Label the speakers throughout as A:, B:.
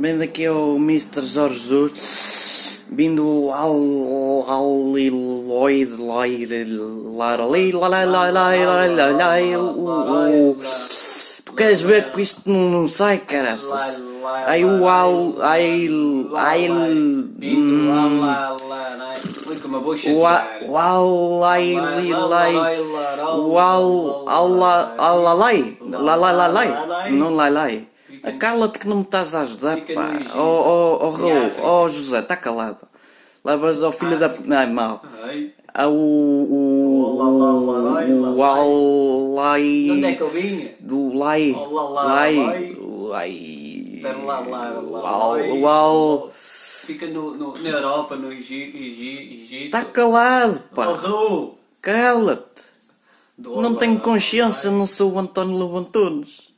A: Bem, daqui é o Mr. Jorge Jesus, vindo ao Aliloid Tu queres ver que isto não não sai, caraças? Aí o Al. Ai. Ai. hum,
B: Explica-me, vou
A: O A-
B: chatear.
A: o Alaililai. O Al. Ala- Alalai. Lalalalai. Não Lailai. Cala-te que não me estás a ajudar,
B: Fica
A: pá.
B: no Egito.
A: Oh, oh, oh,
B: Em
A: Raul.
B: África.
A: Oh, José, está calado. Levas ao filho da. Não, é mau.
B: Ai,
A: Ah, o. O. O. O. Alai.
B: de Onde é que eu vinha?
A: Do Lai.
B: Olá, lá,
A: Lai.
B: lai.
A: Lai.
B: Pera lá, lá, lá,
A: Uau,
B: lá.
A: uau.
B: Fica no, no- na Europa, no Egi- Egi- Egito.
A: Está calado,
B: Oh,
A: Tá, pá.
B: Raul!
A: Cala-te.
B: Do
A: Não
B: Olá,
A: tenho
B: lá,
A: consciência, não sou o António Lobantunes.
B: lá.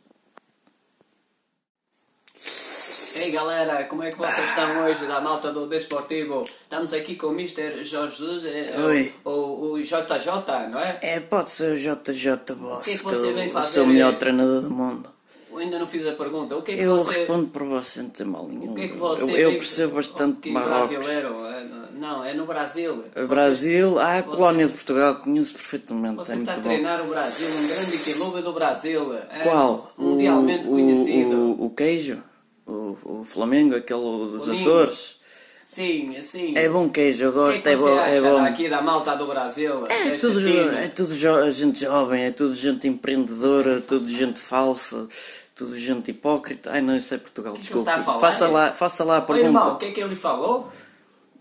B: Ei galera, como é que vocês estão hoje da malta do Desportivo? Estamos aqui com o Mr. Jorge Jesus, é, é,
A: Oi.
B: o, o JJ, não é?
A: É, pode ser o JJ Boss,
B: que é que
A: que,
B: você
A: eu,
B: vem
A: eu
B: fazer
A: sou o melhor
B: aí?
A: treinador do mundo.
B: Eu ainda não fiz a pergunta. O que é que
A: Eu
B: você.
A: respondo por você, não tem mal nenhum.
B: o que é que você
A: eu, eu
B: vive-
A: percebo
B: o
A: bastante
B: que
A: Marrocos.
B: brasileiro? é, Não, é no Brasil.
A: O Brasil, ah, a
B: você-
A: colónia de Portugal, conheço perfeitamente,
B: Você
A: é
B: tá está
A: muito
B: a
A: bom.
B: treinar o Brasil, um grande quilombo do Brasil. é
A: Qual? O-
B: Mundialmente
A: o,
B: conhecido.
A: O, o queijo? O, o Flamengo, aquele dos
B: Flamengo.
A: Açores?
B: Sim, eh, sim.
A: É bom queijo, eu
B: O que é
A: gosto,
B: que
A: é,
B: você
A: bom.
B: acha
A: É, bom.
B: aqui da malta do Brasil?
A: é
B: deste
A: tudo, jo-
B: time?
A: é tudo jo- gente jovem, é tudo gente
B: É
A: empreendedora, tudo gente falsa, tudo gente hipócrita. Ai não, isso é Portugal,
B: que ele
A: desculpa.
B: está a falar?
A: faça, lá, faça lá a
B: Ô, irmão, o
A: pergunta.
B: que é que ele falou?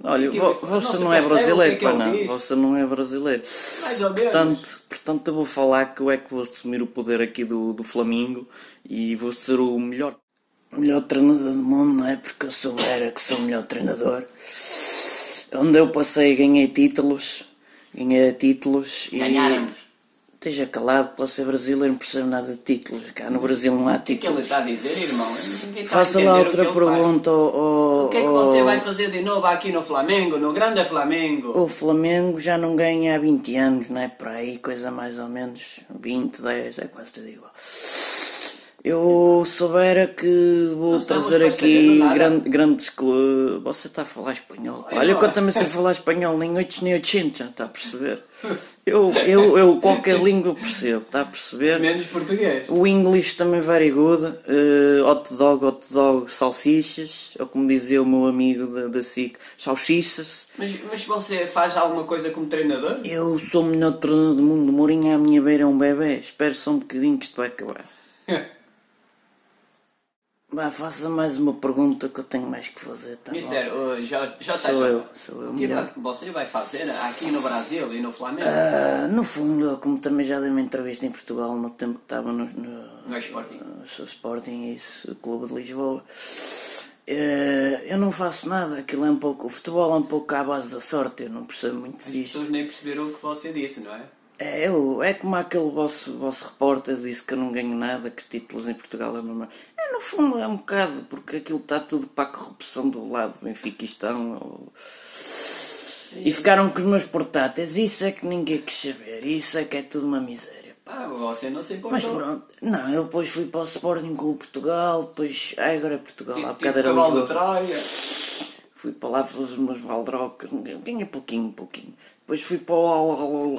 A: Olha,
B: o que é que
A: vo-
B: ele fala?
A: você
B: Não se
A: não é
B: percebe o que é
A: brasileiro,
B: que ele
A: pá, não.
B: diz.
A: Você não é brasileiro.
B: Mais ou menos.
A: Portanto, portanto, eu vou falar que eu é que vou assumir o poder aqui do, do Flamengo e vou ser o melhor, melhor treinador do mundo, não é? Porque eu soubera que sou o melhor treinador. Onde eu passei ganhei títulos. Ganhei títulos e.
B: Ganharam.
A: Esteja calado, posso ser brasileiro, não percebo nada de títulos. Cá no Brasil não há
B: O que é que ele
A: títulos.
B: está a dizer, irmão? Ninguém está a
A: Faça
B: entender
A: lá
B: o é que
A: outra
B: ele faz.
A: pergunta Oh. ao. ao-
B: O que é que você
A: ao-
B: vai fazer de novo aqui no Flamengo, no grande Flamengo?
A: O Flamengo já não ganha há 20 anos, não é? Por aí, coisa mais ou menos 20, 10, é quase tudo igual. Eu soubera que vou
B: Não estamos
A: trazer aqui
B: percebendo nada.
A: gran- grandes clubes. Você está a falar espanhol. pá.
B: Ai,
A: Olha,
B: não.
A: que eu também sei falar espanhol, nem 8 nem 800, já está a perceber? Eu, eu, eu qualquer língua percebo, está a perceber?
B: Menos português.
A: O English também very good. eh, hot dog, hot dog, salsichas. Ou como dizia o meu amigo da, da SIC, salsichas.
B: Mas, mas você faz alguma coisa como treinador?
A: Eu sou o melhor treinador do mundo, Mourinho à minha beira é um bebê. Espero só um bocadinho que isto vai acabar. Vá, faça mais uma pergunta que eu tenho mais que fazer, tá bom?
B: Mister, o J- JJ,
A: Sou eu, sou eu,
B: o tá que
A: melhor.
B: você vai fazer aqui no Brasil e no Flamengo?
A: Ah, no fundo, eu como também já dei uma entrevista em Portugal no tempo que estava no, no,
B: No Sporting.
A: sou Sporting e sou Clube de Lisboa. Eh, eu não faço nada, aquilo é um pouco. O futebol é um pouco à base da sorte, eu não percebo muito
B: As
A: disto.
B: pessoas nem perceberam o que você disse, não é?
A: É, eu, é como aquele vosso, vosso repórter disse que eu não ganho nada, que os títulos em Portugal é normal. É, no fundo é um bocado, porque aquilo está tudo para a corrupção do lado benfiquistão. Ou... E ficaram com os meus portáteis. Isso é que ninguém quer saber. Isso é que é tudo uma miséria.
B: Ah, você não se
A: Mas
B: importou.
A: pronto, não, eu depois fui para o Sporting Clube Portugal, depois. Ai, agora é Portugal, há
B: Tipo, tipo
A: bocado era
B: cavalo de
A: Lisboa.
B: Troia.
A: Fui para lá fazer os meus valdrocas, ganhei pouquinho, pouquinho. Depois fui para o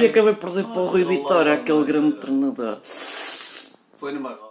A: e acabei por perder para o Rui Vitória, aquele grande treinador.
B: Foi numa roda.